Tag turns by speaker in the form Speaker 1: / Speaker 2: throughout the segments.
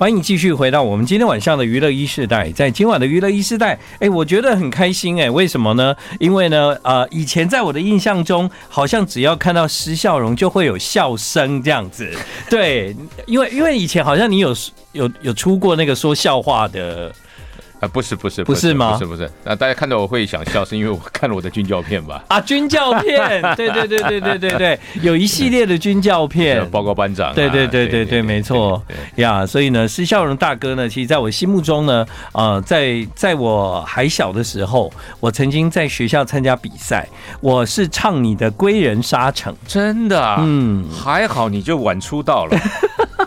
Speaker 1: 欢迎继续回到我们今天晚上的娱乐一世代，在今晚的娱乐一世代，哎，我觉得很开心哎、为什么呢？因为呢，呃，以前在我的印象中，好像只要看到施笑容就会有笑声这样子， 对，因为因为以前好像你有有有出过那个说笑话的，
Speaker 2: 啊，不是不是
Speaker 1: 不是吗
Speaker 2: 不是不是，那大家看到我会想笑，是因为我看了我的军教片吧？
Speaker 1: 啊，军教片，对对对对对对对，有一系列的军教片，
Speaker 2: 报告班长 啊、
Speaker 1: 对对对对对，没错
Speaker 2: 对对
Speaker 1: 呀。所以呢，施孝荣大哥呢，其实在我心目中呢，呃，在在我还小的时候，我曾经在学校参加比赛，我是唱你的《归人沙城》。
Speaker 2: 真的、啊，
Speaker 1: 嗯
Speaker 2: 还好你就晚出 道了，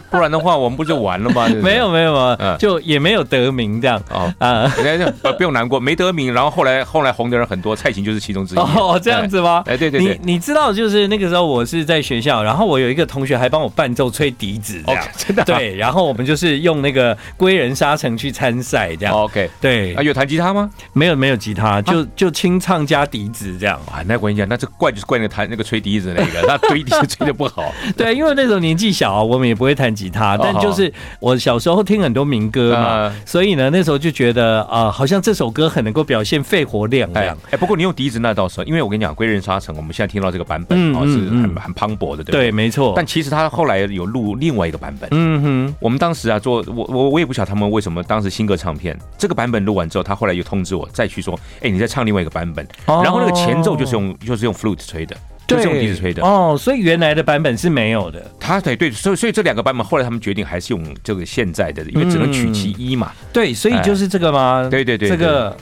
Speaker 2: 不然的话我们不就完了吗？对不对
Speaker 1: 没有没有没有，
Speaker 2: 嗯
Speaker 1: 就也没有得名这样
Speaker 2: 哦。
Speaker 1: 啊。
Speaker 2: 人家就呃不用难过，没得名，然后后来后来红的人很多，蔡琴就是其中之一。
Speaker 1: 哦，这样子吗？
Speaker 2: 哎哎对对对
Speaker 1: 你你知道，就是那个时候我是在学校，然后我有一个同学还帮我伴奏吹笛子这样，
Speaker 2: 哦真的啊
Speaker 1: 对，然后我们就是用那个《归人沙城》去参赛这样，
Speaker 2: 哦，OK，
Speaker 1: 对
Speaker 2: 啊，，有弹吉他吗？
Speaker 1: 没有没有吉他，就就清唱加笛子这样。
Speaker 2: 啊，那我跟你讲，那这怪就是怪那个弹那个吹笛子那个， 他吹笛子吹的不 好。
Speaker 1: 对，因为那时候年纪小，啊我们也不会弹吉他，但就是我小时候听很多民歌嘛
Speaker 2: 嗯，
Speaker 1: 所以呢，那时候就觉得啊、呃好像这首歌很能够表现肺活量这
Speaker 2: 哎
Speaker 1: 样。
Speaker 2: 哎，不过你用笛子那倒是，因为我跟你讲，《归人沙城》我们现在听到这个版本
Speaker 1: 嗯
Speaker 2: 啊是
Speaker 1: 嗯
Speaker 2: 很
Speaker 1: 嗯
Speaker 2: 很磅礴的，对不
Speaker 1: 对，没错。
Speaker 2: 但其实他后来有录另外一个版本。
Speaker 1: 嗯哼，
Speaker 2: 我们当时啊，做我我我也不晓得他们为什么当时新歌唱片这个版本录完之后，他后来又通知我再去说，哎、你再唱另外一个版本。
Speaker 1: 哦
Speaker 2: 然后那个前奏就是用就是用 flute 吹的，就是用笛子吹的。
Speaker 1: 哦，所以原来的版本是没有的。
Speaker 2: 他对对，所以所以这两个版本后来他们决定还是用这个现在的，因为只能取其一嘛。
Speaker 1: 对，所以就是这个吗？
Speaker 2: 对对对
Speaker 1: 这个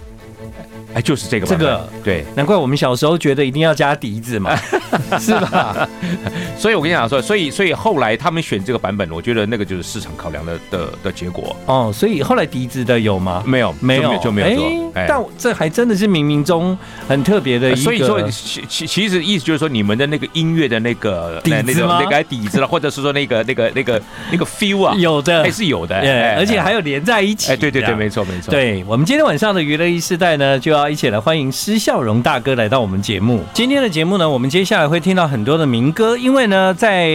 Speaker 2: 哎、就是这个
Speaker 1: 这
Speaker 2: 版本。
Speaker 1: 个。
Speaker 2: 对，
Speaker 1: 难怪我们小时候觉得一定要加笛子 嘛，是吧？
Speaker 2: 所以我跟你讲说，所以所以后来他们选这个版本，我觉得那个就是市场考量的的的结果，
Speaker 1: 哦，所以后来笛子的有吗？
Speaker 2: 没有
Speaker 1: 没有
Speaker 2: 就没有做。哎
Speaker 1: 但这还真的是冥冥中很特别的一个。
Speaker 2: 所以说，其其其实意思就是说，你们的那个音乐的那个
Speaker 1: 底子
Speaker 2: 那那种
Speaker 1: 吗
Speaker 2: 那个底子了，或者是说那个那个那个那个 feel 啊，
Speaker 1: 有的
Speaker 2: 还，是有的，
Speaker 1: 哎
Speaker 2: 哎
Speaker 1: 而且还有连在一起。
Speaker 2: 哎，对对
Speaker 1: 这
Speaker 2: 对，
Speaker 1: 样
Speaker 2: 没错没错，，
Speaker 1: 对我们今天晚上的娱乐一世代呢，就要一起来欢迎施笑荣大哥来到我们节目。今天的节目呢，我们接下来会听到很多的民歌，因为呢，在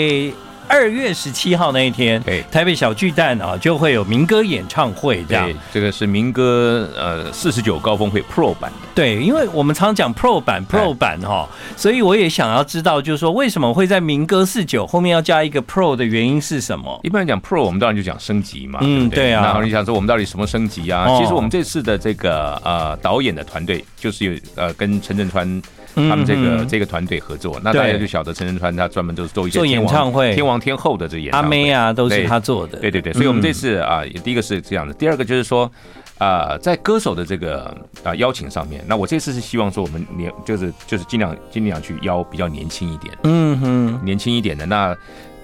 Speaker 1: 二月十七号那一天
Speaker 2: 对，
Speaker 1: 台北小巨蛋啊就会有民歌演唱会，这样
Speaker 2: 对，这个是民歌呃四十九高峰会 Pro 版的，
Speaker 1: 对，因为我们常讲 Pro 版
Speaker 2: 哎
Speaker 1: Pro 版哈，所以我也想要知道，就是说为什么会在民歌四九后面要加一个 Pro 的原因是什么？
Speaker 2: 一般讲 Pro 我们当然就讲升级嘛，
Speaker 1: 嗯
Speaker 2: 对不对
Speaker 1: 对啊
Speaker 2: 那你想说我们到底什么升级啊？
Speaker 1: 哦
Speaker 2: 其实我们这次的这个呃导演的团队就是有呃跟陈振川。他们这
Speaker 1: 嗯
Speaker 2: 个
Speaker 1: 嗯
Speaker 2: 这个团队合作，那
Speaker 1: 对
Speaker 2: 大家就晓得陈振川他专门就是做一些
Speaker 1: 做
Speaker 2: 天王
Speaker 1: 演唱会
Speaker 2: 天王天后的这演唱
Speaker 1: 阿
Speaker 2: 会
Speaker 1: 妹啊，都是
Speaker 2: 对
Speaker 1: 他做的。
Speaker 2: 对对对，所以我们
Speaker 1: 嗯
Speaker 2: 这次啊，也第一个是这样的，第二个就是说，啊，在歌手的这个啊邀请上面，那我这次是希望说我们年就是就是尽量尽量去邀比较年轻一点，
Speaker 1: 嗯哼，
Speaker 2: 年轻一点的那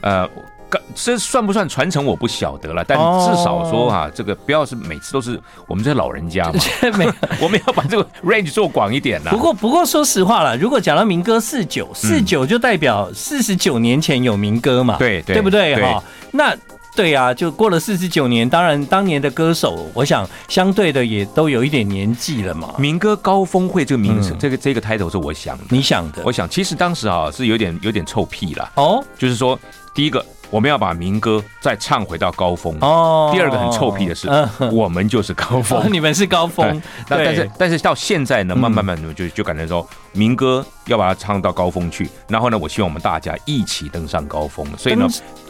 Speaker 2: 呃。刚这算不算传承我不晓得了，但至
Speaker 1: 哦
Speaker 2: 少说哈、啊，这个不要是每次都是我们这些老人家嘛，
Speaker 1: 没
Speaker 2: 我们要把 这个 range 做广一点呐、
Speaker 1: 不过，不过说实话啦，如果讲到民歌四九，
Speaker 2: 嗯
Speaker 1: 四九就代表四十九年前有民歌嘛，
Speaker 2: 对对
Speaker 1: 不对
Speaker 2: 对
Speaker 1: 哈、那对啊，就过了四十九年，当然当年的歌手，我想相对的也都有一点年纪了嘛。
Speaker 2: 民歌高峰会这个名称、
Speaker 1: 嗯
Speaker 2: 这个这个 title 是我想的，
Speaker 1: 你想的
Speaker 2: 我想其实当时啊是有点有点臭屁啦，
Speaker 1: 哦
Speaker 2: 就是说，第一个我们要把民歌再唱回到高峰，
Speaker 1: 哦，
Speaker 2: 第二个很臭屁的是，
Speaker 1: 嗯
Speaker 2: 我们就是高
Speaker 1: 哦
Speaker 2: 峰。
Speaker 1: 你们是高峰，
Speaker 2: 那
Speaker 1: 对
Speaker 2: 但是但是到现在呢，
Speaker 1: 嗯
Speaker 2: 慢慢慢慢就就感觉说，民歌要把它唱到高峰去，然后呢，我希望我们大家一起登上高峰，所以呢，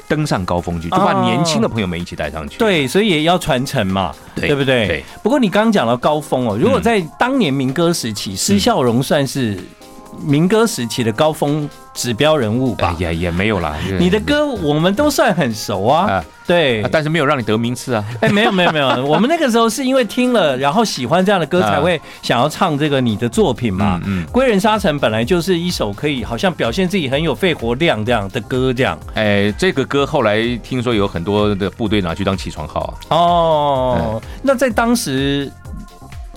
Speaker 2: 登上哦高峰去，就把
Speaker 1: 哦
Speaker 2: 年轻的朋友们一起带上去。
Speaker 1: 对，所以也要传承嘛，
Speaker 2: 对
Speaker 1: 不对？
Speaker 2: 对嗯
Speaker 1: 不过你刚刚讲到高峰哦，如果在当年民歌时期，施孝荣算是民歌时期的高峰指标人物吧
Speaker 2: 哎。呀，也没有啦。
Speaker 1: 你的歌我们都算很熟啊，
Speaker 2: 啊，
Speaker 1: 对
Speaker 2: 啊。但是没有让你得名次啊。
Speaker 1: 哎，没有没有没有，我们那个时候是因为听了，然后喜欢这样的歌，
Speaker 2: 啊
Speaker 1: 才会想要唱这个你的作品嘛。
Speaker 2: 嗯嗯
Speaker 1: 归人沙城》本来就是一首可以好像表现自己很有肺活量这样的歌，这样
Speaker 2: 哎，这个歌后来听说有很多的部队拿去当起床号啊。
Speaker 1: 哦。
Speaker 2: 哎
Speaker 1: 那在当时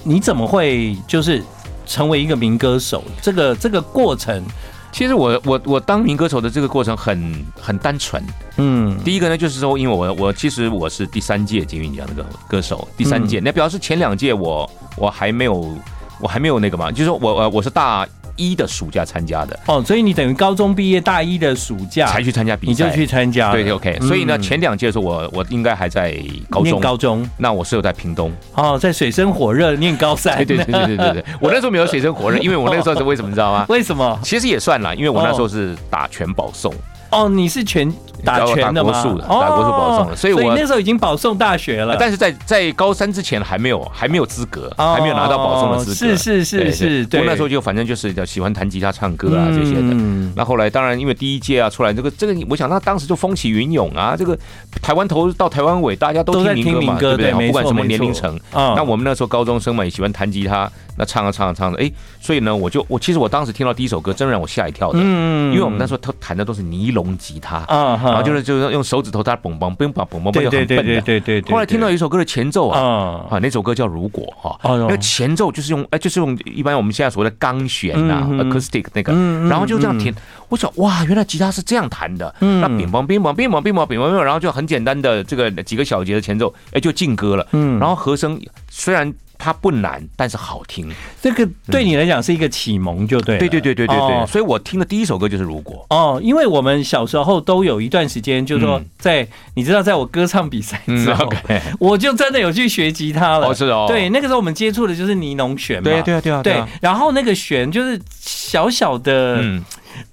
Speaker 1: 你怎么会就是成为一个民歌手？这个这个过程，
Speaker 2: 其实我我我当民歌手的这个过程很很单纯。
Speaker 1: 嗯
Speaker 2: 第一个呢，就是说，因为我我其实我是第三届金韵奖的歌歌手，第三
Speaker 1: 嗯
Speaker 2: 届，那表示前两届我我还没有我还没有那个嘛，就是说我我我是大一的暑假参加的，
Speaker 1: 哦，所以你等于高中毕业大一的暑假
Speaker 2: 才去参加比
Speaker 1: 你就
Speaker 2: 赛，
Speaker 1: 去参加了，
Speaker 2: 对，OK，、所以呢，
Speaker 1: 嗯
Speaker 2: 前两届的时候我我应该还在高
Speaker 1: 念
Speaker 2: 中，
Speaker 1: 高中
Speaker 2: 那我是有在屏 东，
Speaker 1: 哦，在水深火热念高三，
Speaker 2: 哎， 对对对对对对， 我那时候没有水深火热，因为我那时候是为什么你知道吗？
Speaker 1: 为什么？
Speaker 2: 其实也算啦，因为我那时候是打全保送，
Speaker 1: 哦，你是全打拳的吗？
Speaker 2: 打国术的
Speaker 1: 哦
Speaker 2: 打国术保送的所以我哎
Speaker 1: 那时候已经保送大学了，
Speaker 2: 但是在在高三之前还没有还没有资格，
Speaker 1: 哦
Speaker 2: 还没有拿到保送的资格。
Speaker 1: 是哦是是是，对，
Speaker 2: 对，我那时候就反正就是喜欢弹吉他、唱歌啊这些的。
Speaker 1: 嗯
Speaker 2: 那后来当然因为第一届啊出来这个这个，我想那当时就风起云涌啊，这个台湾头到台湾尾，大家
Speaker 1: 都
Speaker 2: 都
Speaker 1: 在
Speaker 2: 听民歌
Speaker 1: 听民
Speaker 2: 嘛，
Speaker 1: 歌
Speaker 2: 对不对？
Speaker 1: 对没错
Speaker 2: 不管什么年
Speaker 1: 没
Speaker 2: 龄
Speaker 1: 错
Speaker 2: 层。
Speaker 1: 啊
Speaker 2: 那我们那时候高中生嘛，也喜欢弹吉他，那唱啊唱啊唱的，哎，所以呢，我就我其实我当时听到第一首歌，真让我吓一跳的，
Speaker 1: 嗯
Speaker 2: 因为我们那时
Speaker 1: 候
Speaker 2: 候都弹的都是尼龙吉他，
Speaker 1: 啊，
Speaker 2: 然后就是是就是用手指头它嘣嘣嘣嘣嘣嘣，
Speaker 1: 对
Speaker 2: 就
Speaker 1: 对
Speaker 2: 很
Speaker 1: 对
Speaker 2: 笨
Speaker 1: 对
Speaker 2: 的。
Speaker 1: 对对对，
Speaker 2: 后来听到有一首歌的前奏啊，
Speaker 1: 啊
Speaker 2: 啊，那哎首歌叫《如果》哈，
Speaker 1: 哦哟
Speaker 2: 那前奏就是用哎，就是用一般我们现在所谓的钢弦呐
Speaker 1: 嗯嗯
Speaker 2: ，acoustic 那个
Speaker 1: 嗯嗯，
Speaker 2: 然后就这样填。我想哇，原来吉他是这样弹的，
Speaker 1: 嗯
Speaker 2: 那乒乓乒乓乒乓乒乓乒乓，然后就很简单的这个几个小节的前奏，哎，就进歌了。
Speaker 1: 嗯
Speaker 2: 然后和声虽然它不难，但是好听。
Speaker 1: 这个对你来讲是一个启蒙，就对了，
Speaker 2: 嗯对对对对对对，
Speaker 1: 哦
Speaker 2: 所以我听的第一首歌就是《如果》。
Speaker 1: 哦，因为我们小时候都有一段时间，就是说
Speaker 2: 嗯
Speaker 1: 在、你知道，在我歌唱比赛之后，
Speaker 2: OK
Speaker 1: 我就真的有去学吉他了。
Speaker 2: 哦是哦
Speaker 1: 对，那个时候我们接触的就是尼龙弦嘛，
Speaker 2: 对啊对啊对啊
Speaker 1: 对
Speaker 2: 啊，
Speaker 1: 然后那个弦就是小小的、
Speaker 2: 嗯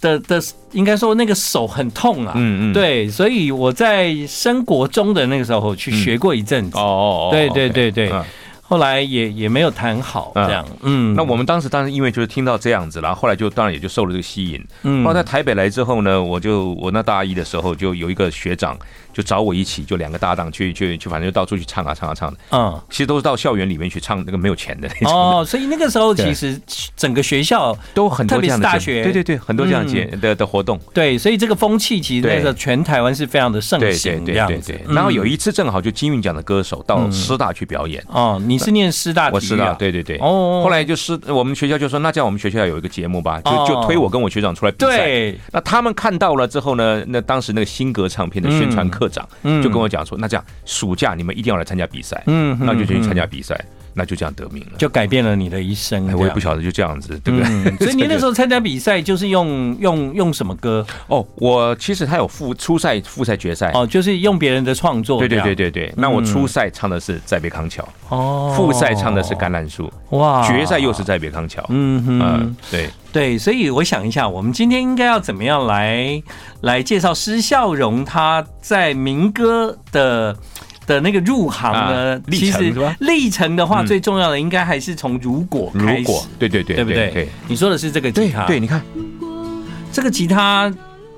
Speaker 1: 的的，应该说那个手很痛啊。
Speaker 2: 嗯嗯，
Speaker 1: 对，所以我在升国中的那个时候去学过一阵子，
Speaker 2: 哦哦哦，
Speaker 1: 对对
Speaker 2: OK
Speaker 1: 对对
Speaker 2: 嗯
Speaker 1: 后来也也没有弹好
Speaker 2: 嗯
Speaker 1: 这样。嗯，
Speaker 2: 那我们当时当然因为就是听到这样子，然后后来就当然也就受了这个吸引。
Speaker 1: 嗯
Speaker 2: 后来在哦台北来之后呢，我就我那大一的时候就有一个学长就找我一起，就两个搭档去去去，反正就到处去唱啊唱啊唱的，
Speaker 1: 嗯。
Speaker 2: 其实都是到校园里面去唱那个没有钱的那种，
Speaker 1: 哦，所以那个时候其
Speaker 2: 对
Speaker 1: 实整个学校
Speaker 2: 都很多这样的
Speaker 1: 特别是大学嗯
Speaker 2: 节目对对对，很多这样的节的的活动。
Speaker 1: 对，所以这个风气其实
Speaker 2: 对
Speaker 1: 那个全台湾是非常的盛
Speaker 2: 对对
Speaker 1: 行这
Speaker 2: 对
Speaker 1: 样
Speaker 2: 对
Speaker 1: 子嗯
Speaker 2: 对。。然后有
Speaker 1: 一
Speaker 2: 一次正好就金韵奖的歌手到师大去表演，
Speaker 1: 哦，你是念师嗯大体育啊
Speaker 2: 我师大，对对对。
Speaker 1: 哦，
Speaker 2: 后来就是我们学校就说，那这样我们学校有一个节目吧，就就
Speaker 1: 哦
Speaker 2: 推我跟我学长出来比赛。
Speaker 1: 对，
Speaker 2: 那他们看到了之后呢，那当时那个新格唱片的宣传课长
Speaker 1: 嗯
Speaker 2: 就跟我讲说，那这样暑假你们一定要来参加比赛，
Speaker 1: 嗯
Speaker 2: 那就去参，
Speaker 1: 嗯
Speaker 2: 加比赛，那就这样得名了
Speaker 1: 嗯。就嗯改变了你的一生
Speaker 2: 哎，。我也不晓得就这样子，对不 对？
Speaker 1: 对？所以你那时候参加比赛就是用用用什么歌？
Speaker 2: 哦，我其实他有复初赛、复赛、决赛。
Speaker 1: 哦，就是用别人的创作
Speaker 2: 对
Speaker 1: 这
Speaker 2: 对
Speaker 1: 样。
Speaker 2: 哎对对对，那我初赛唱的是《再别康桥》，
Speaker 1: 哦，
Speaker 2: 复赛唱的是《橄榄树
Speaker 1: 哇》，
Speaker 2: 决赛又是《再别康桥》。
Speaker 1: 哦嗯哼
Speaker 2: 嗯，，对，
Speaker 1: 对，所以我想一下，我们今天应该要怎么样来来介绍施孝荣他在民歌的。的那个入行呢，
Speaker 2: 啊历
Speaker 1: 其
Speaker 2: 程
Speaker 1: 实
Speaker 2: 是吧嗯
Speaker 1: 历程的话，最重要的应该还是从如果
Speaker 2: 如
Speaker 1: 开始，
Speaker 2: 果对对对
Speaker 1: 对不对？
Speaker 2: 对
Speaker 1: 你说的是这个吉
Speaker 2: 对
Speaker 1: 他，
Speaker 2: 对，，你看
Speaker 1: 这个吉他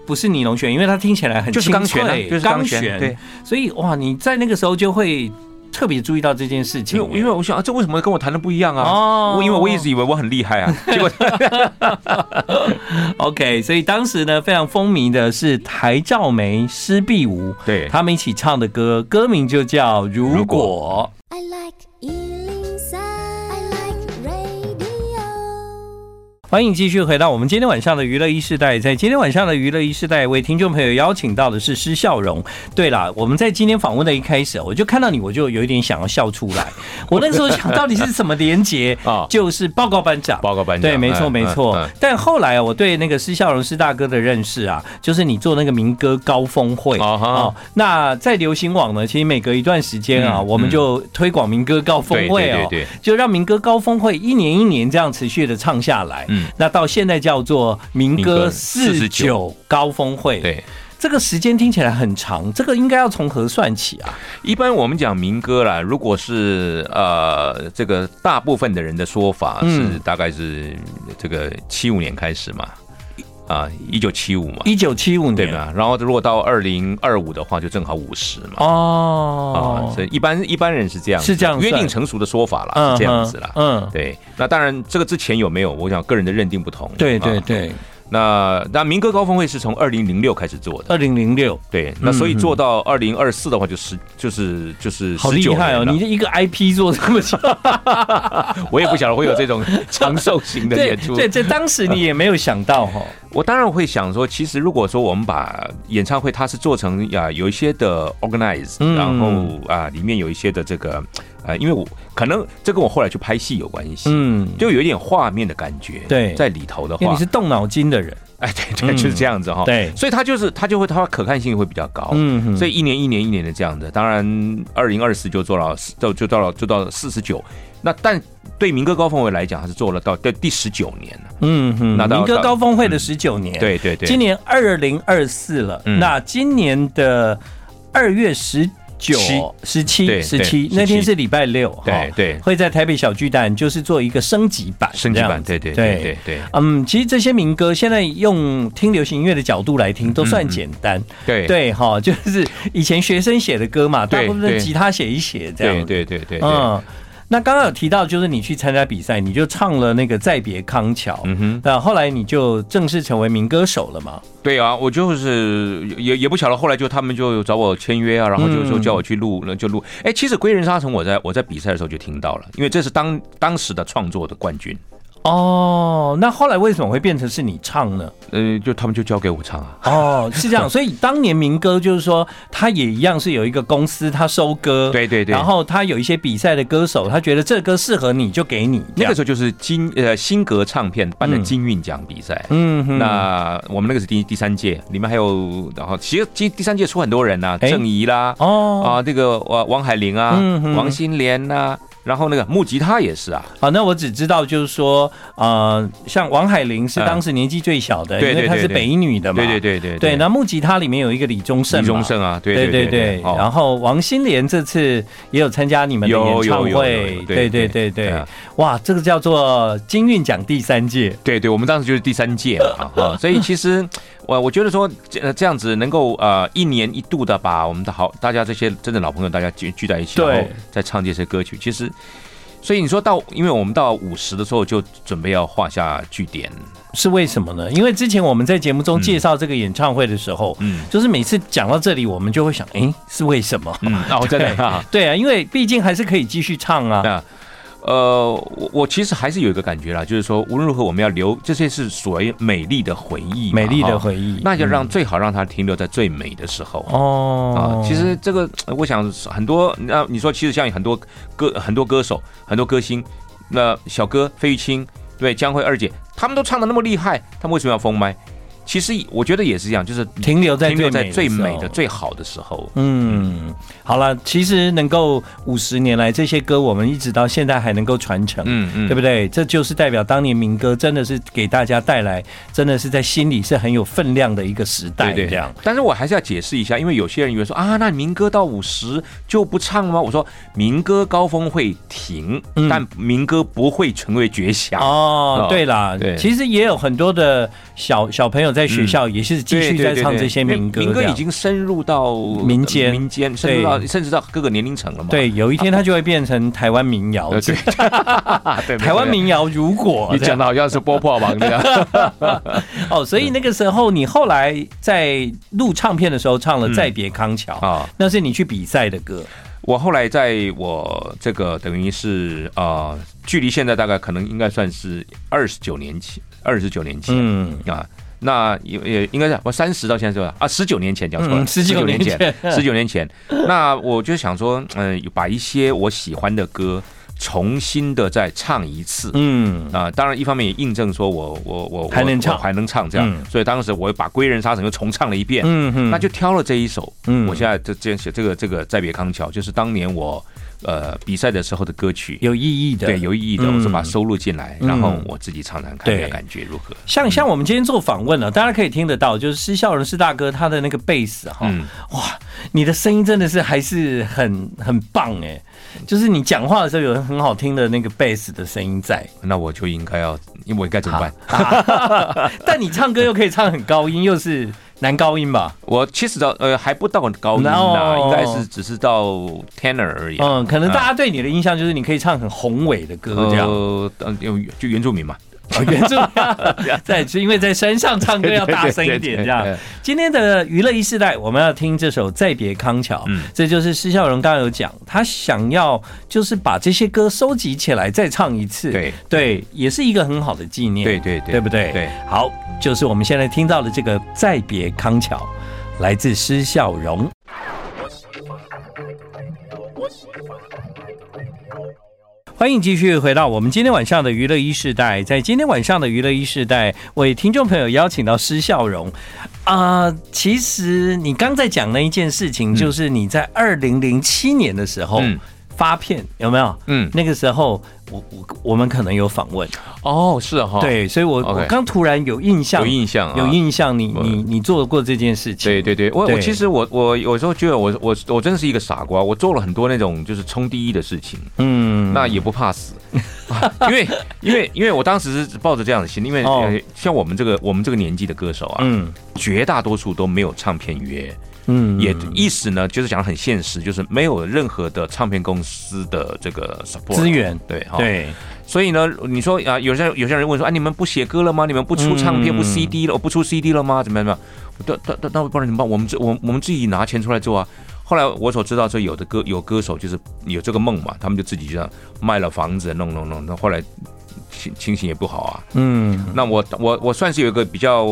Speaker 1: 不是尼龙弦，因为它听起来很
Speaker 2: 就是
Speaker 1: 清
Speaker 2: 钢弦啊
Speaker 1: 脆
Speaker 2: 就是钢弦对，
Speaker 1: 所以哇，你在那个时候就会特别注意到这件事 情
Speaker 2: 因，为因为我想啊，这为什么跟我弹的不一样啊？
Speaker 1: 哦
Speaker 2: 我因为我一直以为我很厉害啊，结果
Speaker 1: OK，所以当时呢，非常风靡的是台照梅、施碧梧，
Speaker 2: 对
Speaker 1: 他们一起唱的歌，歌名就叫《如果》
Speaker 2: 如果
Speaker 3: I like Ealing Sound. I like radio.
Speaker 1: 欢迎继续回到我们今天晚上的娱乐一世代，在今天晚上的娱乐一世代，为听众朋友邀请到的是施笑容。对啦，我们在今天访问的一开始，我就看到你，我就有一点想要笑出 来。我那时候想到底是什么连结
Speaker 2: 啊
Speaker 1: 就是报告班 长，
Speaker 2: 报告班长
Speaker 1: 对，没错
Speaker 2: 嗯
Speaker 1: 没错。
Speaker 2: 嗯嗯
Speaker 1: 但后来啊我对那个施笑容施大哥的认识啊，就是你做那个民歌高峰会
Speaker 2: 啊哈
Speaker 1: 哦。那在流行网呢，其实每隔一段时间啊，
Speaker 2: 嗯
Speaker 1: 我们就推广民歌高峰会哦，
Speaker 2: 对对对对
Speaker 1: 就让民歌高峰会一年一年这样持续的唱下来。
Speaker 2: 嗯
Speaker 1: 那到现在叫做民
Speaker 2: 民
Speaker 1: 歌
Speaker 2: 歌
Speaker 1: 四
Speaker 2: 49
Speaker 1: 九高峰会。
Speaker 2: 对。
Speaker 1: 这个时间听起来很长，这个应该要从何算起啊？
Speaker 2: 一般我们讲民歌啦，如果是呃这个大部分的人的说法
Speaker 1: 嗯
Speaker 2: 是大概是这个七五年开始嘛，啊一九七五嘛，
Speaker 1: 一九七五
Speaker 2: 对
Speaker 1: 年
Speaker 2: 吧？然后如果到二零二五的话，就正好五十嘛。啊，
Speaker 1: 哦
Speaker 2: 所，以一般一般人是这样子，
Speaker 1: 是这样算
Speaker 2: 约定成熟的说法啦，是这样子啦。
Speaker 1: 嗯，
Speaker 2: 对，那当然这个之前有没有，我想个人的认定不同。
Speaker 1: 对对
Speaker 2: 啊。
Speaker 1: 对，
Speaker 2: 那那民歌高峰会是从二零零六开始做的，
Speaker 1: 二零零六，
Speaker 2: 对，那所以
Speaker 1: 嗯嗯
Speaker 2: 做到二零二四的话就十就是就是
Speaker 1: 好厉
Speaker 2: 19
Speaker 1: 害哦！
Speaker 2: 年了
Speaker 1: 你的一个 IP 做这么 久，
Speaker 2: 我也不晓得会有这种 长寿型的
Speaker 1: 对
Speaker 2: 演出。
Speaker 1: 对，这当时你也没有想到 哈，
Speaker 2: 我当然会想说，其实如果说我们把演唱会它是做成啊、有一些的 organize，、
Speaker 1: 嗯
Speaker 2: 然后啊、里面有一些的这个呃，因为我可能这跟我后来去拍戏有关系。
Speaker 1: 嗯，
Speaker 2: 就有一点画面的感觉，
Speaker 1: 对
Speaker 2: 在里头的
Speaker 1: 因为
Speaker 2: 话
Speaker 1: 你是，动脑筋的人，
Speaker 2: 哎，对对，
Speaker 1: 嗯
Speaker 2: 就是这样子哈。
Speaker 1: 对
Speaker 2: 所以它就是它就会它可看性会比较高，
Speaker 1: 嗯
Speaker 2: 哦所
Speaker 1: 以
Speaker 2: 以一年一年一年的这样的，当然二零二四就做到就就到了就到四十九，那但对民歌高峰会来讲，它是做了到第第十九年了。
Speaker 1: 嗯哼，
Speaker 2: 那到
Speaker 1: 民歌
Speaker 2: 到嗯
Speaker 1: 高峰会的十九年，，
Speaker 2: 对对对，
Speaker 1: 今年二零二四了，
Speaker 2: 嗯
Speaker 1: 那今年的二月十。九十七
Speaker 2: 对
Speaker 1: 十七
Speaker 2: 对
Speaker 1: 那天
Speaker 2: 17
Speaker 1: 是礼拜六，
Speaker 2: 对对
Speaker 1: 会在台北小巨蛋，就是做一个升级版，
Speaker 2: 升级
Speaker 1: 这
Speaker 2: 版，
Speaker 1: 样子
Speaker 2: 对对对对对
Speaker 1: 嗯，其实这些民歌现在用听流行音乐的角度来听，都算简单。
Speaker 2: 嗯对
Speaker 1: 对哈，就是以前学生写的歌嘛，大
Speaker 2: 对
Speaker 1: 部分都是
Speaker 2: 对
Speaker 1: 吉他写一写这样。
Speaker 2: 对对对对，对
Speaker 1: 嗯，那刚刚有提到，就是你去参加比赛，你就唱了那个《再别康桥》。
Speaker 2: 嗯哼，
Speaker 1: 那后来你就正式成为民歌手了嘛？
Speaker 2: 对啊，我就是也也不晓得，后来就他们就找我签约啊，然后就
Speaker 1: 嗯
Speaker 2: 说叫我去录，那就录。哎，其实《归人沙城》我在我在比赛的时候就听到了，因为这是当当时的创作的冠军，
Speaker 1: 哦，那后来为什么会变成是你唱 呢？
Speaker 2: 呃，就他们就交给我唱啊。
Speaker 1: 哦，是 这样，所以当年民歌就是说，它也一样是有一个公司，它收歌，
Speaker 2: 对对对
Speaker 1: 呃然后它有一些比赛的歌手，他觉得这歌适合你就给你，
Speaker 2: 那个
Speaker 1: 候，
Speaker 2: 时候就是金呃新格唱片办的
Speaker 1: 嗯
Speaker 2: 金韵奖比赛，
Speaker 1: 嗯哼
Speaker 2: 那我们那个是第第三届，里面还有然后其实第第三届出很多人呐、
Speaker 1: 哎
Speaker 2: 郑怡啦，
Speaker 1: 哦，
Speaker 2: 啊这个王王海玲啊
Speaker 1: 嗯哼，
Speaker 2: 王心莲呐，然后那个木吉他也是啊，
Speaker 1: 好，那我只知道就是说，呃，像王海玲是
Speaker 2: 嗯
Speaker 1: 当时年纪最小的，
Speaker 2: 对
Speaker 1: 因为
Speaker 2: 对
Speaker 1: 她是
Speaker 2: 对对
Speaker 1: 北一女的嘛，
Speaker 2: 对对对对
Speaker 1: 对，那木吉他里面有一个李宗盛嘛，
Speaker 2: 李宗盛啊，对
Speaker 1: 对
Speaker 2: 对
Speaker 1: 对
Speaker 2: 对
Speaker 1: 对，哦然后王心莲这次也有参加你们的演
Speaker 2: 有
Speaker 1: 唱
Speaker 2: 有有
Speaker 1: 会
Speaker 2: 有，有
Speaker 1: 对
Speaker 2: 对
Speaker 1: 对对
Speaker 2: 对
Speaker 1: 对
Speaker 2: 啊，
Speaker 1: 哇，这个叫做金韵奖第三届，
Speaker 2: 对对，我们当时就是第三届 嘛，啊，所以其实我我觉得说呃这样子能够呃一年一度的把我们的好大家这些真的老朋友大家聚聚在一起，
Speaker 1: 对
Speaker 2: 然后再唱这些歌曲，其实。所以你说到，因为我们到五十的时候就准备要画下句点，
Speaker 1: 是为什么呢？因为之前我们在节目中介绍这个演唱会的时候，
Speaker 2: 嗯
Speaker 1: 就是每次讲到这里，我们就会想，诶，是为什么？
Speaker 2: 嗯， 哦，真的啊，
Speaker 1: 对啊，因为毕竟还是可以继续唱啊。
Speaker 2: 那 呃，我我其实还是有一个感觉啦，就是说无论如何我们要留这些是所谓美丽的回忆嘛，
Speaker 1: 美丽的
Speaker 2: 哈，
Speaker 1: 回忆，嗯
Speaker 2: 那就让最好让它停留在最美的时候。啊
Speaker 1: 哦，，
Speaker 2: 其实这个呃我想是很多，那你说其实像很多歌很多歌手很多歌星，那小哥费玉清对江蕙二姐，他们都唱的那么厉害，他们为什么要封麦？其实我觉得也是这样，就是
Speaker 1: 停留在
Speaker 2: 停留在最
Speaker 1: 时候
Speaker 2: 美的、最好的时候。
Speaker 1: 嗯，好了，其实能够五十年来这些歌，我们一直到现在还能够传承。啊
Speaker 2: 嗯嗯，
Speaker 1: 对不对？这就是代表当年民歌真的是给大家带来，真的是在心里是很有分量的一个时代，
Speaker 2: 对
Speaker 1: 这
Speaker 2: 对
Speaker 1: 样。
Speaker 2: 但是我还是要解释一下，因为有些人以为说啊，那民歌到五十就不唱了吗？我说民歌高峰会停，
Speaker 1: 嗯
Speaker 2: 但民歌不会成为绝响。
Speaker 1: 哦
Speaker 2: 哦，
Speaker 1: 对啦，
Speaker 2: 对
Speaker 1: 其实也有很多的小小朋友在学校也是继
Speaker 2: 对
Speaker 1: 续
Speaker 2: 对
Speaker 1: 在
Speaker 2: 对
Speaker 1: 唱
Speaker 2: 对
Speaker 1: 这些
Speaker 2: 因为
Speaker 1: 民歌这
Speaker 2: 民
Speaker 1: 样，
Speaker 2: 歌已经深入到呃
Speaker 1: 民间
Speaker 2: 民间深入到甚至到各个年龄层了嘛。
Speaker 1: 对，有一天它就会变成台湾民谣。
Speaker 2: 呃，对，对
Speaker 1: 台湾。民谣如果
Speaker 2: 没错没错你
Speaker 1: 这样
Speaker 2: 讲的好像是波破王那样，
Speaker 1: 哦，所以
Speaker 2: 嗯
Speaker 1: 那个时候你后来在录唱片的时候唱了《再别康桥》
Speaker 2: 啊！
Speaker 1: 那是你去比赛的歌。
Speaker 2: 我后来在我这个等于是啊、呃距离现在大概可能应该算是二十九年前，二十九年前、
Speaker 1: 嗯，
Speaker 2: 啊，那也也应该是我三十到现在是吧？啊，十九年前讲错了，
Speaker 1: 嗯19年前
Speaker 2: 十九年前。那我就想说，嗯、把一些我喜欢的歌重新的再唱一次。
Speaker 1: 嗯，
Speaker 2: 啊、当然，一方面也印证说我我我我
Speaker 1: 还能唱
Speaker 2: 我还能唱这样，
Speaker 1: 嗯
Speaker 2: 所以当时我把《归人沙城》又重唱了一遍，
Speaker 1: 嗯哼
Speaker 2: 那就挑了这一首。
Speaker 1: 嗯
Speaker 2: 我现在这这这个这个《再别康桥》，就是当年我呃比赛的时候的歌曲，
Speaker 1: 有意义的。
Speaker 2: 对，有意义的，
Speaker 1: 嗯
Speaker 2: 我是把它收录进来，
Speaker 1: 嗯
Speaker 2: 然后我自己唱唱看，
Speaker 1: 对
Speaker 2: 那感觉如何？
Speaker 1: 像像我们今天做访问了、啊大家可以听得到，就是施孝荣施大哥他的那个贝斯哈，
Speaker 2: 嗯
Speaker 1: 哇，你的声音真的是还是很很棒哎，就是你讲话的时候有很好听的那个贝斯的声音在，
Speaker 2: 那我就应该要，因为我应该怎么办？啊
Speaker 1: 但你唱歌又可以唱很高音，又是男高音吧？
Speaker 2: 我其实到呃还不到高音
Speaker 1: No
Speaker 2: 啊，应该是只是到 tenor 而已啊。
Speaker 1: 嗯，可能大家对你的印象就是你可以唱很宏伟的歌这样。
Speaker 2: 呃，呃就原住民嘛，
Speaker 1: 哦，原住民在，是因为在山上唱歌要大声一点，这样
Speaker 2: 对对对对。
Speaker 1: 今天的娱乐一世代，我们要听这首《再别康桥》，
Speaker 2: 嗯
Speaker 1: 这就是施孝荣刚刚有讲，他想要就是把这些歌收集起来再唱一次，
Speaker 2: 对
Speaker 1: 对，也是一个很好的纪念，
Speaker 2: 对对对
Speaker 1: 对不对？
Speaker 2: 对，
Speaker 1: 好，就是我们现在听到的这个《再别康桥》，来自施孝荣。欢迎继续回到我们今天晚上的娱乐一世代，在今天晚上的娱乐一世代，为听众朋友邀请到施笑容。啊、其实你刚在讲那一件事情，就是你在二零零七年的时候
Speaker 2: 嗯
Speaker 1: 发片，有没有？
Speaker 2: 嗯，
Speaker 1: 那个时候我我我们可能有访问，
Speaker 2: 哦，是哈，，
Speaker 1: 对，所以我
Speaker 2: OK
Speaker 1: 我刚突然有印象，
Speaker 2: 有印象啊
Speaker 1: 有印象你，你你做过这件事情，
Speaker 2: 对对对，我
Speaker 1: 对
Speaker 2: 我其实我我有时候觉得我我我真是一个傻瓜，我做了很多那种就是冲第一的事情，
Speaker 1: 嗯，
Speaker 2: 那也不怕死， 因为因为因为我当时是抱着这样的心，因为、
Speaker 1: 哦
Speaker 2: 呃像我们这个我们这个年纪的歌手啊，
Speaker 1: 嗯
Speaker 2: 绝大多数都没有唱片约，
Speaker 1: 嗯
Speaker 2: 也意思呢就是讲得很现实，就是没有任何的唱片公司的这个 support
Speaker 1: 资。源，
Speaker 2: 对哈，
Speaker 1: 对，
Speaker 2: 所以呢，你说啊，有些有些人问说，啊，你们不写歌了吗？你们不出唱片、
Speaker 1: 嗯
Speaker 2: 不 CD 了，不出 CD 了吗？怎么样怎么样？我那那那不然怎么办？我们自我们我们自己拿钱出来做啊。后来我所知道，说有的歌有歌手就是有这个梦嘛，他们就自己这样卖了房子，弄弄弄。那后来情情形也不好啊。
Speaker 1: 嗯
Speaker 2: 那我我我算是有一个比较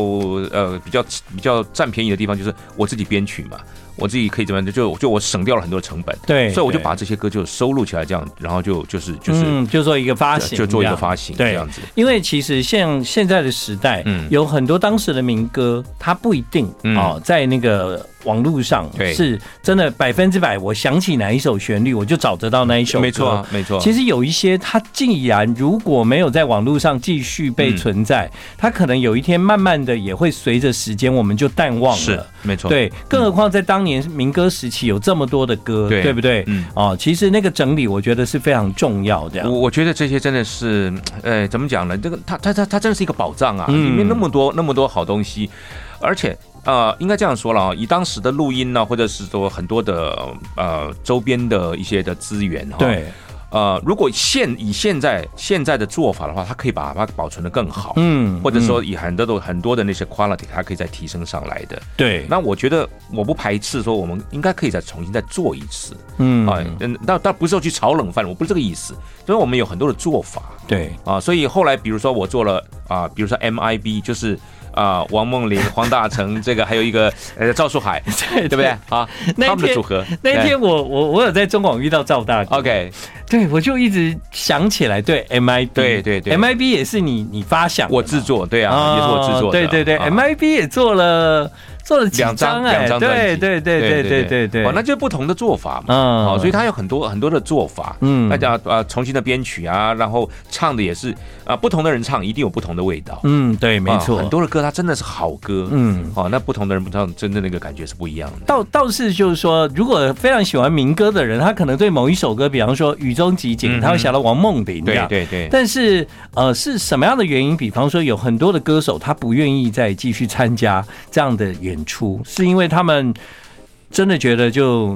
Speaker 2: 呃比较比较占便宜的地方，就是我自己编曲嘛，我自己可以怎么样？就就我省掉了很多成本，
Speaker 1: 对，
Speaker 2: 所以我就
Speaker 1: 对
Speaker 2: 把这些歌就收录起来，这样，然后就就是就是。
Speaker 1: 嗯，就做一个发行，
Speaker 2: 就做一
Speaker 1: 这
Speaker 2: 个
Speaker 1: 样
Speaker 2: 发行
Speaker 1: 对
Speaker 2: 这样子。
Speaker 1: 因为其实像现在的时代，
Speaker 2: 嗯
Speaker 1: 有很多当时的民歌，它不一定
Speaker 2: 嗯
Speaker 1: 哦，在那个网络上
Speaker 2: 对
Speaker 1: 是真的百分之百，我想起哪一首旋律，我就找得到那一首歌。
Speaker 2: 没错啊，没错。
Speaker 1: 其
Speaker 2: 实
Speaker 1: 实有一些，它既然如果没有在网络上继续被
Speaker 2: 嗯
Speaker 1: 存在，它可能有一天慢慢的也会随着时间，我们就淡忘
Speaker 2: 是
Speaker 1: 了。
Speaker 2: 没错。，嗯
Speaker 1: 对，更何况在当年民歌时期有这么多的歌，
Speaker 2: 对
Speaker 1: 不对？
Speaker 2: 嗯
Speaker 1: 哦，其实那个整理我觉得是非常重要的
Speaker 2: 我。我觉得这些真的是，呃，怎么讲呢？这个它它它它真的是一个宝藏啊，
Speaker 1: 嗯
Speaker 2: 里面那么多那么多好东西，而且。呃，应该这样说了啊，以当时的录音呢、啊或者是说很多的呃周边的一些的资源哈、，
Speaker 1: 对，
Speaker 2: 呃，如果现以现在现在的做法的话，它可以把它保存的更好，
Speaker 1: 嗯，
Speaker 2: 或
Speaker 1: 嗯
Speaker 2: 者说以很多的很多的那些 quality，它可以再提升上来的。
Speaker 1: 嗯对，
Speaker 2: 那我觉得我不排斥说我们应该可以再重新再做一次，
Speaker 1: 嗯
Speaker 2: 啊，嗯，但但不是说去炒冷饭，我不是这个意思，就是我们有很多的做法
Speaker 1: 对，
Speaker 2: 啊，所以后来比如说我做了啊，比如说 MIB 就是。啊，王梦玲、黄大成，这个还有一个呃赵 树海，对不对啊？
Speaker 1: 那一
Speaker 2: 他们的
Speaker 1: 天
Speaker 2: 组合，
Speaker 1: 那一
Speaker 2: 对
Speaker 1: 天我我我有在中广遇到赵大哥，
Speaker 2: ，OK，
Speaker 1: 对我就一直想起来，对 MIB，
Speaker 2: 对对对
Speaker 1: ，MIB 也是你你发想的嘛，
Speaker 2: 我制作，对啊，
Speaker 1: 啊，
Speaker 2: 也是我制作的，
Speaker 1: 对对对
Speaker 2: 啊
Speaker 1: ，MIB 也做了做了几
Speaker 2: 两张
Speaker 1: 哎
Speaker 2: 两，张专
Speaker 1: 对
Speaker 2: 辑，
Speaker 1: 对对对对对对，
Speaker 2: 哦，那就是不同的做法嘛，
Speaker 1: 嗯
Speaker 2: 好，所以它有很多很多的做法，
Speaker 1: 嗯
Speaker 2: 那讲啊重新的编曲啊，然后唱的也是啊，不同的人唱一定有不同的味道，
Speaker 1: 嗯，对，没
Speaker 2: 啊
Speaker 1: 错，
Speaker 2: 很多的歌它真的是好歌，
Speaker 1: 嗯。
Speaker 2: 哦，那不同的人不唱，真的那个感觉是不一样的。
Speaker 1: 倒倒是就是说，如果非常喜欢民歌的人，他可能对某一首歌，比方说《雨中集锦》，
Speaker 2: 嗯
Speaker 1: 他会想到王梦玲这
Speaker 2: 对
Speaker 1: 样。
Speaker 2: 对对，
Speaker 1: 但是呃，是什么样的原因？比方说，有很多的歌手他不愿意再继续参加这样的演出，是因为他们真的觉得就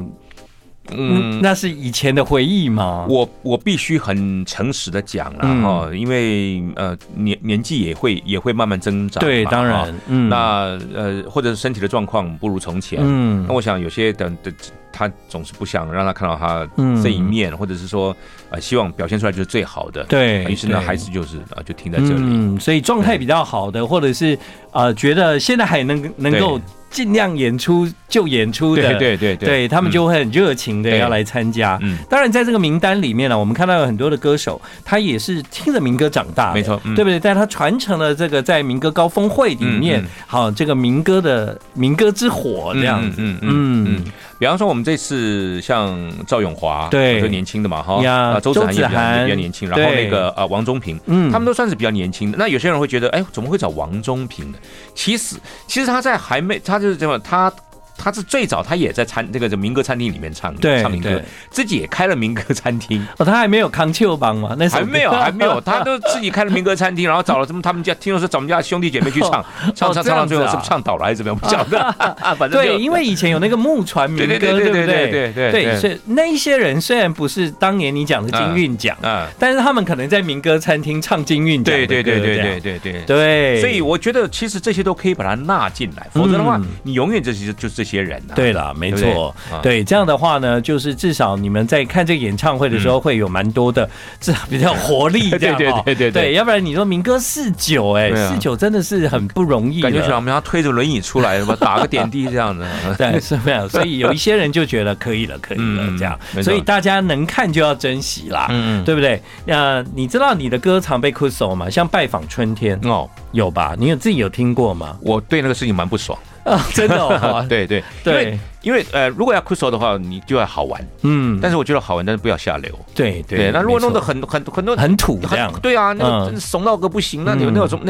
Speaker 1: 嗯，
Speaker 2: 嗯，
Speaker 1: 那是以前的回忆吗？
Speaker 2: 我我必须很诚实的讲了
Speaker 1: 嗯
Speaker 2: 哈，因为呃年年纪也会也会慢慢增长嘛，
Speaker 1: 对，当
Speaker 2: 哈
Speaker 1: 然，嗯，
Speaker 2: 那呃或者是身体的状况不如从前，那
Speaker 1: 嗯
Speaker 2: 我想有些等的他总是不想让他看到他
Speaker 1: 嗯
Speaker 2: 这一面，或者是说呃希望表现出来就是最好的，
Speaker 1: 对，
Speaker 2: 于是呢
Speaker 1: 哎对
Speaker 2: 还是就是啊就停在这里，
Speaker 1: 嗯，所以状态比较好的，或者是呃觉得现在还能能够尽量演出就演出的，
Speaker 2: 对对对
Speaker 1: 对他们就会很热情的
Speaker 2: 对
Speaker 1: 要来参加。
Speaker 2: 嗯
Speaker 1: 当然，在这个名单里面呢，我们看到有很多的歌手，他也是听着民歌长大的，
Speaker 2: 没错嗯
Speaker 1: 对不对？但他传承了这个在民歌高峰会里面，
Speaker 2: 嗯嗯
Speaker 1: 好这个民歌的民歌之火这样子，
Speaker 2: 嗯嗯嗯嗯。比方说我们这次像赵永华，
Speaker 1: 对
Speaker 2: 就年轻的嘛哈，
Speaker 1: 呀
Speaker 2: 啊周子涵
Speaker 1: 周
Speaker 2: 也比
Speaker 1: 子
Speaker 2: 较
Speaker 1: 涵
Speaker 2: 比较年轻，然后
Speaker 1: 对
Speaker 2: 那个啊王宗平，
Speaker 1: 嗯
Speaker 2: 他们都算是比较年轻的。那有些人会觉得，哎，怎么会找王宗平呢？其实，其实他在还没，他就是这么，他他是最早他也在餐这个民歌餐厅里面唱
Speaker 1: 对
Speaker 2: 唱民歌
Speaker 1: 对，
Speaker 2: 自己也开了民歌餐厅，
Speaker 1: 哦，他还没有康丘榜吗？那首
Speaker 2: 还
Speaker 1: 歌
Speaker 2: 没有还没有，他都自己开了民歌餐厅，然后找了他们他们家，听说是找我们家兄弟姐妹去 唱，唱唱唱
Speaker 1: 这
Speaker 2: 到
Speaker 1: 样子
Speaker 2: 最后
Speaker 1: 啊
Speaker 2: 是不是唱倒了还是怎么样，不晓得， 反正就
Speaker 1: 对，因为以前有那个木船民歌，
Speaker 2: 对对
Speaker 1: 不
Speaker 2: 对对对
Speaker 1: 对
Speaker 2: 对对对
Speaker 1: 所以那一些人虽然不是当年你讲的金韵奖，
Speaker 2: 嗯，
Speaker 1: 但是他们可能在民歌餐厅唱金韵奖的
Speaker 2: 对
Speaker 1: 歌，
Speaker 2: 对对
Speaker 1: 这样
Speaker 2: 对对对对。
Speaker 1: 对，
Speaker 2: 所以我觉得，其实这些都可以把它纳进来，否则的话
Speaker 1: 嗯，
Speaker 2: 你永远这些就是这些人呐。啊
Speaker 1: 对啦，没
Speaker 2: 对不对
Speaker 1: 错，
Speaker 2: 啊
Speaker 1: 对这样的话呢，就是至少你们在看这个演唱会的时候，会有蛮多的至少比较活力这样哦，
Speaker 2: 嗯 对对对对对
Speaker 1: 对，要不然你说民歌四九，哎，
Speaker 2: 对啊
Speaker 1: 四九真的是很不容易了，
Speaker 2: 感觉小明他推着轮椅出来，什么打个点滴这样子。
Speaker 1: 对， 是没有，所以有一些人就觉得可以了，可以了，
Speaker 2: 嗯
Speaker 1: 这样
Speaker 2: 没，错
Speaker 1: 所以大家能看就要珍惜啦，
Speaker 2: 嗯
Speaker 1: 对不对？那你知道你的歌常被哭手吗？像《拜访春天》
Speaker 2: 哦，
Speaker 1: 有吧？你有自己有听过吗？
Speaker 2: 我对那个事情蛮不爽。，
Speaker 1: 啊，真的 哦
Speaker 2: 对嗯对因
Speaker 1: 对
Speaker 2: 为，因为呃，如果要 c r 的话，你就要好玩。
Speaker 1: 嗯，
Speaker 2: 但是我觉得好玩，但是不要下流。
Speaker 1: 对对，
Speaker 2: 那如果弄得
Speaker 1: 没错
Speaker 2: 很很很多
Speaker 1: 很土这样
Speaker 2: 很，对啊，那
Speaker 1: 嗯
Speaker 2: 个真是怂到个不行，那有那种什么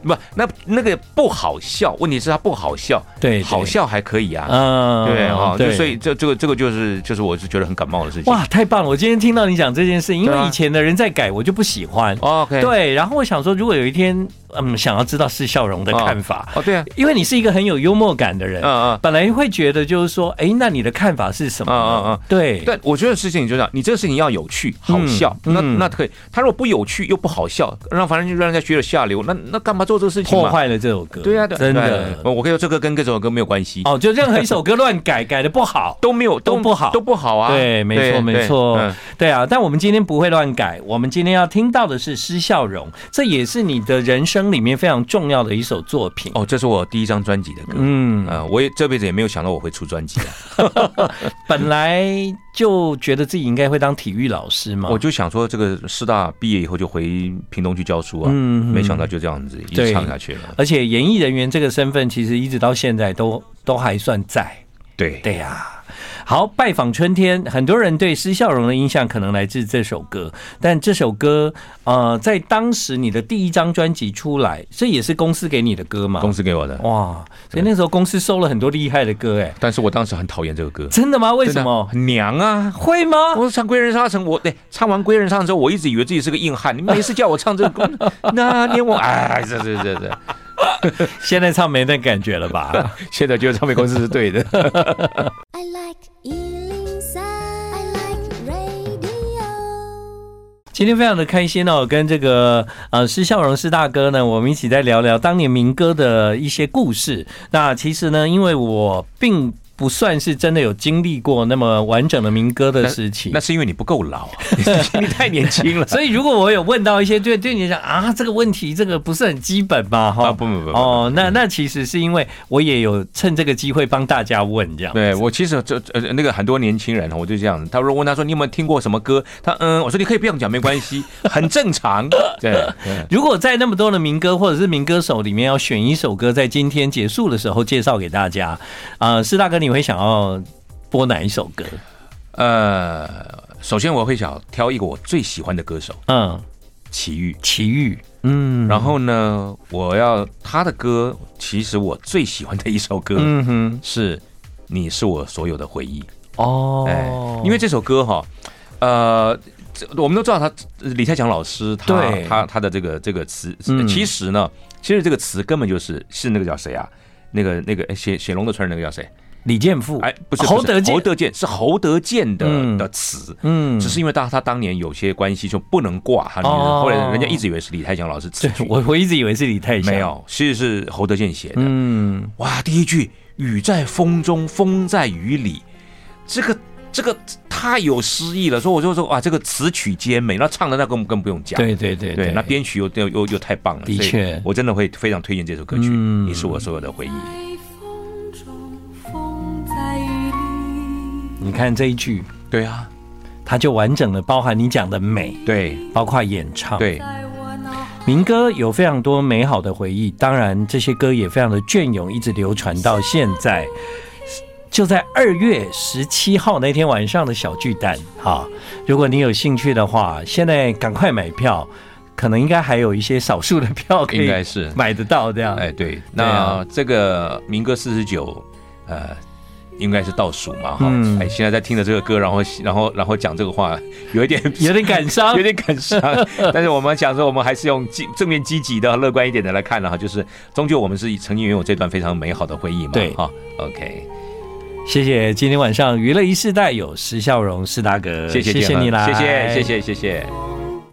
Speaker 2: 那不那那个不好笑，问题是它不好笑，
Speaker 1: 对，对
Speaker 2: 好，笑还可以啊。
Speaker 1: 嗯
Speaker 2: 对啊，就所以这这个这个就是就是我是觉得很感冒的事情。
Speaker 1: 哇，太棒了！我今天听到你讲这件事，因
Speaker 2: 对
Speaker 1: 为
Speaker 2: 啊哦
Speaker 1: 以前的人在改，我就不喜欢。
Speaker 2: ，OK，
Speaker 1: 对，然后我想说，如果有一天，嗯，想要知道释笑容的看法，
Speaker 2: 哦对啊，
Speaker 1: 因为你是一个很有幽默感的人
Speaker 2: 嗯，嗯。
Speaker 1: 本来会觉得就是说，哎，那你的看法是什么？
Speaker 2: 嗯嗯嗯
Speaker 1: 对，
Speaker 2: 但我觉得事情就是这样，你这个事情要有趣、好笑，
Speaker 1: 嗯
Speaker 2: 那
Speaker 1: 嗯
Speaker 2: 那可以。他如果不有趣又不好笑，让反正就让人家觉得下流，那那干嘛做这个事情
Speaker 1: 破
Speaker 2: 嘛？
Speaker 1: 坏了这首歌。
Speaker 2: 对啊，对啊
Speaker 1: 真
Speaker 2: 对啊对啊
Speaker 1: 的。
Speaker 2: 我我跟你说，这个跟各首歌没有关系，
Speaker 1: 哦，就任何一首歌乱改，改的不 好。
Speaker 2: 都没有
Speaker 1: 都不好
Speaker 2: 都不好啊。
Speaker 1: 对，没错，
Speaker 2: 对
Speaker 1: 没
Speaker 2: 对
Speaker 1: 错
Speaker 2: 嗯，
Speaker 1: 对啊。但我们今天不会乱改，我们今天要听到的是《施笑容》，这也是你的人生里面非常重要的一首作品。
Speaker 2: 哦，这是我第一张专辑的歌。
Speaker 1: 嗯
Speaker 2: 啊、我也这辈子也没有想到我会出专辑、啊，
Speaker 1: 本来就觉得自己应该会当体育老师嘛，
Speaker 2: 我就想说这个师大毕业以后就回屏东去教书啊，
Speaker 1: 嗯嗯
Speaker 2: 没想到就这样子一
Speaker 1: 对
Speaker 2: 直唱下去了。
Speaker 1: 而且演艺人员这个身份其实一直到现在都都还算在。
Speaker 2: 对，
Speaker 1: 对呀、好，拜访春天，很多人对施孝荣的印象可能来自这首歌，但这首歌呃，在当时你的第一张专辑出来，这也是公司给你的歌嘛？
Speaker 2: 公司给我的，
Speaker 1: 哇，所以那时候公司收了很多厉害的歌，哎，
Speaker 2: 但是我当时很讨厌这个歌，
Speaker 1: 真的 吗？为
Speaker 2: 真的
Speaker 1: 什 么？
Speaker 2: 很娘啊？
Speaker 1: 会吗？
Speaker 2: 我唱《归人沙城》，我对唱完《归人沙城》之后，我一直以为自己是个硬汉，你们每次叫我唱这 个歌，那年我哎，这这这这，
Speaker 1: 现在唱没那感觉了吧？
Speaker 2: 现在觉得唱片公司是对的。
Speaker 3: I like Ealing Sound. I like radio.
Speaker 1: 今天非常的开心哦，跟这个呃施孝荣施大哥呢，我们一起在聊聊当年民歌的一些故事。那其实呢，因为我并不算是真的有经历过那么完整的民歌的时期
Speaker 2: 那。是因为你不够 老，啊你太年轻了。
Speaker 1: 所以，如果我有问到一些对对你讲啊这个问题，这个不是很基本吧？哈、
Speaker 2: 啊不不不不
Speaker 1: 哦，那那其实是因为我也有趁这个机会帮大家问这样。
Speaker 2: 对我其实这呃那个很多年轻人，我就这样，他说问他说你有没有听过什么歌？他嗯，我说你可以不用讲，没关 系，很正常。对，对
Speaker 1: 如果在那么多的民歌或者是民歌手里面，要选一首歌，在今天结束的时候介绍给大家，啊、呃，施大哥，你会想要播哪一首歌？
Speaker 2: 呃，首先我会想挑一个我最喜欢的歌手
Speaker 1: 嗯，
Speaker 2: 齐豫，
Speaker 1: 奇遇，嗯，
Speaker 2: 然后呢，我要他的歌，其实我最喜欢的一首歌、
Speaker 1: 嗯哼，
Speaker 2: 是《你是我所有的回忆》。
Speaker 1: 哦，
Speaker 2: 哎，因为这首歌哈，呃，这我们都知道他李泰祥老师他
Speaker 1: 对
Speaker 2: 他他的这个这个词
Speaker 1: 嗯，
Speaker 2: 其实呢，其实这个词根本就是是那个叫谁啊？那个那个哎写写《龙的传人》那个叫谁？
Speaker 1: 李健富，
Speaker 2: 哎，不是
Speaker 1: 哦侯
Speaker 2: 不是
Speaker 1: 德健
Speaker 2: 侯德健是侯德健
Speaker 1: 嗯
Speaker 2: 的的词。
Speaker 1: 嗯，
Speaker 2: 只是因为他他当年有些关系就不能挂他名字，
Speaker 1: 哦
Speaker 2: 后来人家一直以为是李泰祥老师词
Speaker 1: 对
Speaker 2: 曲，
Speaker 1: 我我一直以为是李泰祥，
Speaker 2: 没，有，其实是侯德健写的。
Speaker 1: 嗯，
Speaker 2: 哇，第一句“雨在风中，风在雨里”，这个这个太有诗意了。所以我就说，哇，这个词曲皆美，那唱的那更更不用讲。
Speaker 1: 对对对
Speaker 2: 对，那编曲又又又又太棒了。
Speaker 1: 的
Speaker 2: 所以
Speaker 1: 确
Speaker 2: 我真的会非常推荐这首歌曲，
Speaker 1: 嗯
Speaker 2: 你是我所有的回忆。
Speaker 4: 在风中，风在雨里，
Speaker 1: 你看这一句，
Speaker 2: 对啊，
Speaker 1: 它就完整的包含你讲的美，
Speaker 2: 对
Speaker 1: 包括演唱，。
Speaker 2: 对，
Speaker 4: 在我脑海。
Speaker 1: 民歌有非常多美好的回忆，当然这些歌也非常的隽永，一直流传到现在。就在二月十七号那天晚上的小巨蛋啊！如果你有兴趣的话，现在赶快买票，可能应该还有一些少数的票可
Speaker 2: 应
Speaker 1: 以
Speaker 2: 该是。
Speaker 1: 买得到这样。
Speaker 2: 哎，对，
Speaker 1: 啊
Speaker 2: 那这个民歌四十九，呃，应该是倒数嘛，哈、
Speaker 1: 嗯
Speaker 2: 哎，现在在听着这个歌，然后然后然后讲这个话，有一点
Speaker 1: 有点感伤
Speaker 2: 有点感伤，但是我们想说，我们还是用积正面、积极的、乐观一点的来看了哈，就是终究我们是曾经拥有这段非常美好的回忆嘛，
Speaker 1: 对
Speaker 2: 哈，OK，
Speaker 1: 谢谢今天晚上娱乐一世代有石笑容、石大哥，
Speaker 2: 谢谢建
Speaker 1: 呃谢
Speaker 2: 恒
Speaker 1: 你啦，
Speaker 2: 谢谢谢谢谢谢。
Speaker 4: 风